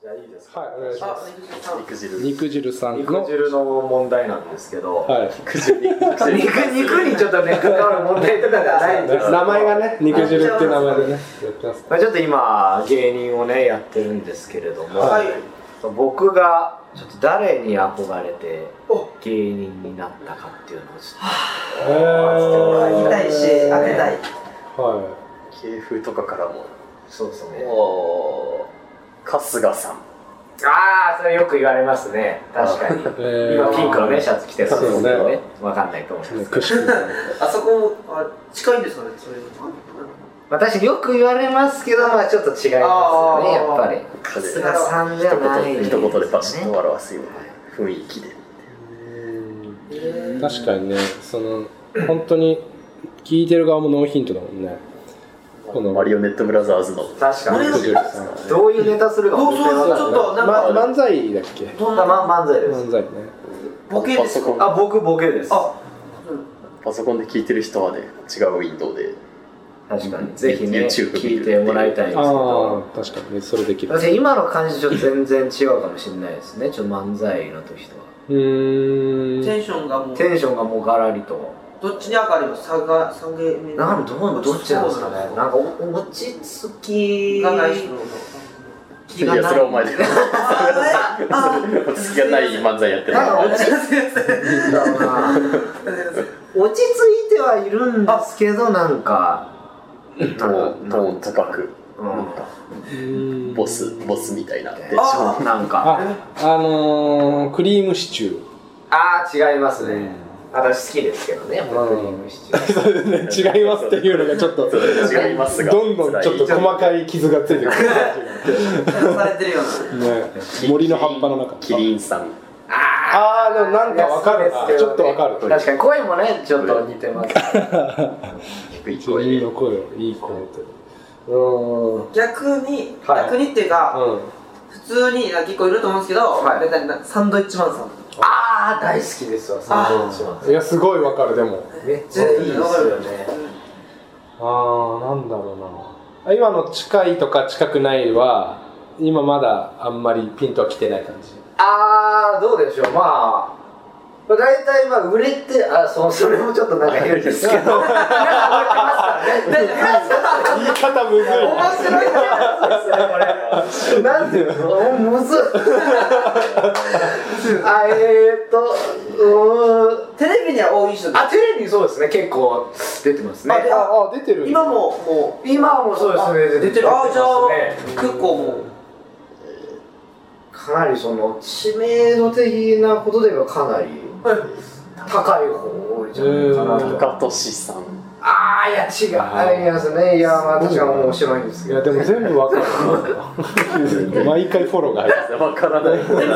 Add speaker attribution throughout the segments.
Speaker 1: じゃあいいですか。
Speaker 2: はいお願いします
Speaker 1: 肉汁。
Speaker 2: 肉汁さん
Speaker 1: 肉
Speaker 2: の
Speaker 1: 汁の問題なんですけど、
Speaker 2: はい
Speaker 1: 肉汁肉
Speaker 3: 肉
Speaker 1: 汁
Speaker 3: 肉にちょっとね関わる問題とかではないんですけ ど
Speaker 2: 名前がね肉汁っていう名前でねやってます
Speaker 1: まあちょっと今芸人をねやってるんですけれども、
Speaker 2: はい
Speaker 1: 僕がちょっと誰に憧れて
Speaker 3: お
Speaker 1: 芸人になったかっていうのをち
Speaker 2: えー
Speaker 3: 聞きたいし当てたい
Speaker 2: は
Speaker 1: ょっと系譜とかからもそうですね
Speaker 4: お春日さん
Speaker 1: ああそれよく言われますね確かに
Speaker 2: い え
Speaker 1: 今ピンクのねシ
Speaker 2: ャ
Speaker 1: ャツ着てそうですけ
Speaker 2: そう
Speaker 1: ど
Speaker 2: です
Speaker 1: ねわかんないと思います
Speaker 2: くしくも
Speaker 3: あそこもあ近いんですかねそういうの
Speaker 1: 私よく言われますけどまあちょっと違いますよね
Speaker 3: あー
Speaker 1: やっぱり
Speaker 4: 風
Speaker 3: 春
Speaker 4: で
Speaker 3: 日
Speaker 1: さんじゃない
Speaker 4: 一言一言でパシッと表すような雰囲気で
Speaker 3: え
Speaker 2: 確かにねその本当に聞いてる側もノーヒントだもんねこの
Speaker 4: マリオネットブラザーズの
Speaker 1: 確か
Speaker 3: 俺
Speaker 1: に
Speaker 3: が
Speaker 2: 肉汁さん
Speaker 1: どういうネタするか
Speaker 3: そうそうそうちょっとなんか、
Speaker 2: ま漫才だっけ
Speaker 3: どんな、
Speaker 1: ま、漫才です
Speaker 2: 漫才ね
Speaker 3: ボケですか
Speaker 1: あ僕ボケです
Speaker 3: あ
Speaker 4: パソコンで聞いてる人はね違うウィンドウで
Speaker 1: 確か
Speaker 4: う
Speaker 1: に
Speaker 4: ん
Speaker 1: ぜひね
Speaker 4: YouTube
Speaker 1: 聞いてもらいたいんですけ
Speaker 2: あ
Speaker 1: ど
Speaker 2: あ確かにねそれできる
Speaker 1: 私今の感じと全然違うかもしれないですねちょっと漫才の時とは
Speaker 2: うーん
Speaker 3: テンションがもう
Speaker 1: テンションがもうガラリと
Speaker 3: どっちに上がります下が下げ目
Speaker 1: なんどうどっちなんですかね
Speaker 3: そう
Speaker 1: なんかお落ち着き
Speaker 3: がない人
Speaker 4: いやそれはお前で
Speaker 3: ああれあ
Speaker 4: 好きがない漫才やっ て
Speaker 1: なんか
Speaker 4: た
Speaker 1: 落ち着いてんだろうな 落ち着いてはいるんですけどなんかなん
Speaker 4: ト
Speaker 1: か
Speaker 4: ーントーン高く
Speaker 1: う
Speaker 2: うん
Speaker 4: ボスボスみたいなテンション
Speaker 1: んなんか
Speaker 2: ああのー、クリームシチュ
Speaker 1: あー違います
Speaker 2: ー、
Speaker 1: ね私好きですけどね
Speaker 2: うん
Speaker 1: クリームシチュ ー
Speaker 2: そうですね違いますっていうのがちょっと
Speaker 4: 違いますが
Speaker 2: どんどんちょっと
Speaker 4: 辛い
Speaker 2: 細かい傷がついてくる
Speaker 3: されてるよう
Speaker 2: ね森の葉っぱの中
Speaker 4: キリンさん
Speaker 2: ああでもなんかわかるなちょっとわかる
Speaker 1: 確かに声もねちょっと似てます
Speaker 4: 低い声
Speaker 2: 君
Speaker 4: で
Speaker 2: の声をいい声ってうーん
Speaker 3: な逆に、
Speaker 2: はい
Speaker 3: 逆にっていうか、普通になんか結構いると思うんですけど、
Speaker 1: はい
Speaker 3: 大体なサンドイッチマンさん
Speaker 1: ああ大好きですわサンドイッチマン
Speaker 2: うんいやすごいわかるでも
Speaker 1: めっちゃいいですよね
Speaker 2: ああなんだろうな今の近いとか近くないは今まだあんまりピンとは来てない感じ
Speaker 1: ああどうでしょうまあ大体まあ売れてあそうそれもちょっとなんか変ですけどなんか分かりますからね
Speaker 2: 言い方むずい
Speaker 3: 面白いね
Speaker 1: なんでおむずっあえーっとうーん
Speaker 3: テレビには多い人です
Speaker 1: あテレビそうですね結構出てますね
Speaker 3: あで
Speaker 2: ああ出てる
Speaker 3: 今もも
Speaker 1: 今もそうですね
Speaker 3: う出てるあ
Speaker 1: ます
Speaker 3: じゃ
Speaker 1: ね
Speaker 3: あ結構も
Speaker 1: かなりその知名度的なことではかなり
Speaker 3: う、はい
Speaker 1: 高い方多いじゃないかなと
Speaker 4: 高俊さん
Speaker 1: ああいや違いますねいやまあ確かに面白いんです
Speaker 2: い
Speaker 1: け
Speaker 2: や
Speaker 1: ど
Speaker 2: でも全部わか る毎回フォローが入る
Speaker 4: わからない
Speaker 3: MC,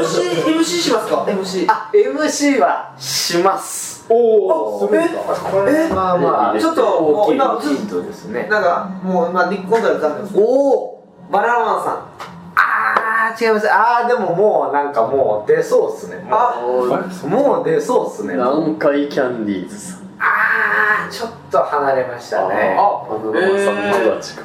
Speaker 3: MC しますか MC
Speaker 1: あ MC はします
Speaker 2: おおするん
Speaker 1: まあ
Speaker 2: だ
Speaker 1: これまあまあ
Speaker 3: ちょっともう今
Speaker 1: ヒントですね
Speaker 3: なんかもう今ニッコンから歌ってます
Speaker 1: おお
Speaker 3: バナナマンさ
Speaker 1: あー違いますあーでももうなんかもう出そうっすねもう
Speaker 4: あ
Speaker 1: もう出そうっすねあ
Speaker 4: 南海キャンディーズさん
Speaker 1: あーちょっと離れましたね
Speaker 4: あバナナマンさんとは近い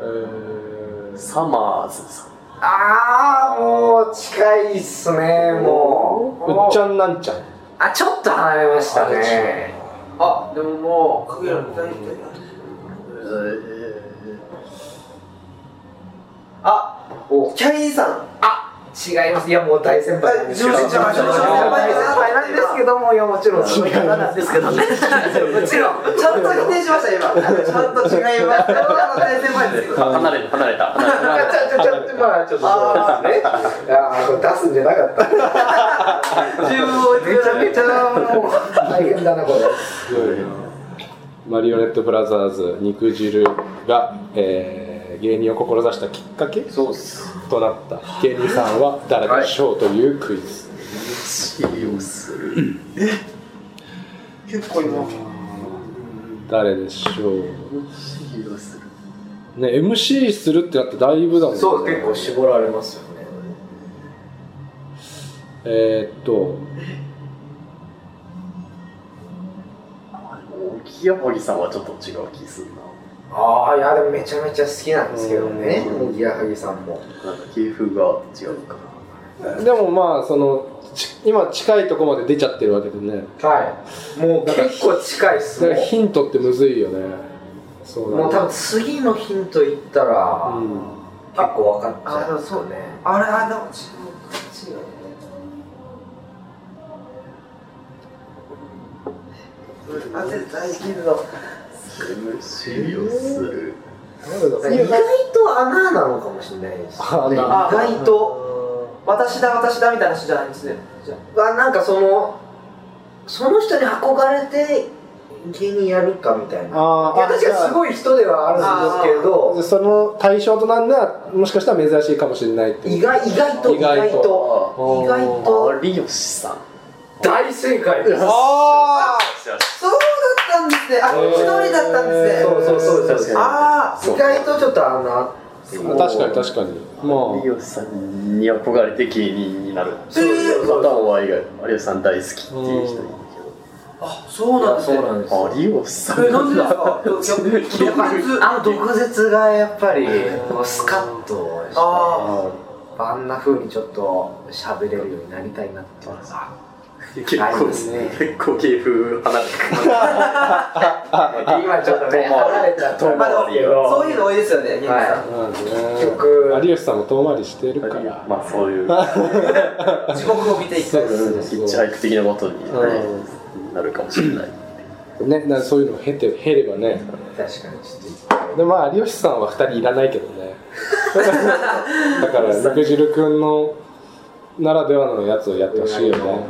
Speaker 2: えー
Speaker 4: サマーズさん
Speaker 1: ああもう近いっすねもう
Speaker 2: うっちゃんなんちゃん
Speaker 1: あちょっと離れましたね
Speaker 3: んあでももう影の歌いたいあ
Speaker 1: お
Speaker 3: キャインさん
Speaker 1: あ違いますいやもう大先輩なんですけど
Speaker 3: え事務所
Speaker 1: 大
Speaker 3: 事務所
Speaker 1: 先輩なんですけどもいやもちろんそういう方なんですけどねもちろん
Speaker 3: ちゃんと否定しました今あのちゃんと違いますあの大先輩ですけど
Speaker 4: 離れた離れた離れた
Speaker 1: ちょちょちょまあちょっとそうですねあーこれ出すんじゃなかった
Speaker 3: 自分を
Speaker 1: めちゃめちゃもう大変だなこれ
Speaker 2: すごいなマリオネットブラザーズ肉汁が、えー芸人を志したきっかけ
Speaker 1: そうっす
Speaker 2: となった芸人さんは誰でしょうというクイズ、
Speaker 4: をする
Speaker 3: 結構今
Speaker 2: 誰でしょう
Speaker 4: をする
Speaker 2: ね MC するってなってだいぶだもんね
Speaker 1: そう結構絞られますよね
Speaker 2: えー、っと
Speaker 4: 木山さんはちょっと違う気するな
Speaker 1: ああいやでもめちゃめちゃ好きなんですけどね
Speaker 4: うん
Speaker 1: おぎやはぎさんも
Speaker 4: なんか系風が違うか
Speaker 2: でもまあそのち今近いとこまで出ちゃってるわけでね
Speaker 1: はいもう結構近いっ
Speaker 2: だ
Speaker 1: す
Speaker 2: か
Speaker 1: も
Speaker 2: ら
Speaker 1: う
Speaker 2: ヒントってむずいよねそう
Speaker 1: も
Speaker 2: な
Speaker 1: う多分次のヒント言ったら、
Speaker 2: うん
Speaker 1: 結構分かっち
Speaker 3: あ
Speaker 1: ゃ
Speaker 3: で
Speaker 1: う
Speaker 3: もそうねあれあでもちもうこっちよねうんあ絶対切るの
Speaker 4: MC をする
Speaker 1: 意外と穴なのかもしれないです、ね、
Speaker 2: 穴
Speaker 1: 意外と
Speaker 3: 私だ私だみたいな人じゃないんですねじゃ
Speaker 1: あなんかそのその人に憧れて芸人やるかみたいな
Speaker 2: あ
Speaker 1: いや
Speaker 2: ーあ
Speaker 1: 確かにすごい人ではあるんですけ
Speaker 2: じゃあ
Speaker 1: ど
Speaker 2: その対象となんだもしかしたら珍しいかもしれないって
Speaker 1: 意外意外と
Speaker 2: 意外と
Speaker 1: 意外
Speaker 2: あ
Speaker 1: と
Speaker 4: 有吉さん
Speaker 1: 大正解です
Speaker 2: あ
Speaker 3: そうだったんですねあ
Speaker 2: へー
Speaker 3: 一人だったんです
Speaker 1: そ
Speaker 3: ね
Speaker 1: うそうそうそう
Speaker 4: 確かに
Speaker 3: あ
Speaker 1: 意外とちょっと穴
Speaker 2: ー確かに確かにま
Speaker 4: 有吉さんに憧れて芸人になる
Speaker 3: そうそう
Speaker 4: 片方は以外有吉さん大好きっていう人いる
Speaker 3: あそうなんですね
Speaker 1: んで
Speaker 4: けど有吉さん
Speaker 3: えなんでですか独舌
Speaker 1: あの毒舌がやっぱりこうスカッとして
Speaker 3: あ
Speaker 4: あ
Speaker 1: あんな風にちょっと喋れるようになりたいなって思います
Speaker 4: 結
Speaker 1: あります
Speaker 4: 構、
Speaker 1: ね
Speaker 4: 結構芸風離れてくる
Speaker 1: 今ちょっとね
Speaker 4: まあ
Speaker 1: 離れちゃった
Speaker 4: まあでも
Speaker 3: そういうの多いですよね皆さん、
Speaker 1: はい
Speaker 2: あなんで
Speaker 1: 結局
Speaker 2: ね有吉さんも遠回りしてるから
Speaker 4: まあそういう
Speaker 3: 地獄を見ていきたいです
Speaker 4: ヒッチハイク的なことに、ねなるかもしれない
Speaker 2: ね、なんかそういうのを経て経ればね
Speaker 1: 確かにちょっと一
Speaker 2: でまあ有吉さんは2人いらないけど ねだから肉汁くんのならではのやつをやってほしいよね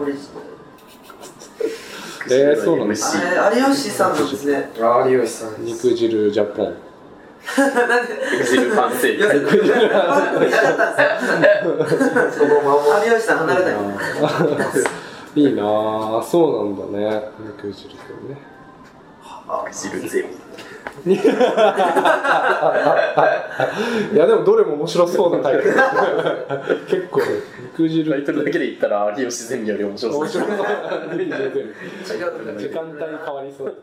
Speaker 2: えーそうなんです
Speaker 3: あれ有吉さんのですね
Speaker 1: 回有吉さんです
Speaker 2: 肉汁ジャポン
Speaker 3: なんで
Speaker 4: 汁完成
Speaker 3: よせ番組なかったんですよ
Speaker 1: そのまま
Speaker 3: 有吉さん離れない
Speaker 2: いいなあそうなんだね肉汁くんね
Speaker 4: 汁ゼミ
Speaker 2: いやでもどれも面白そうなタ イトル結構肉
Speaker 4: タ
Speaker 2: 汁
Speaker 4: イトルだけで言ったら有吉ゼミより面白そう
Speaker 2: 面白そう時間帯変わりそう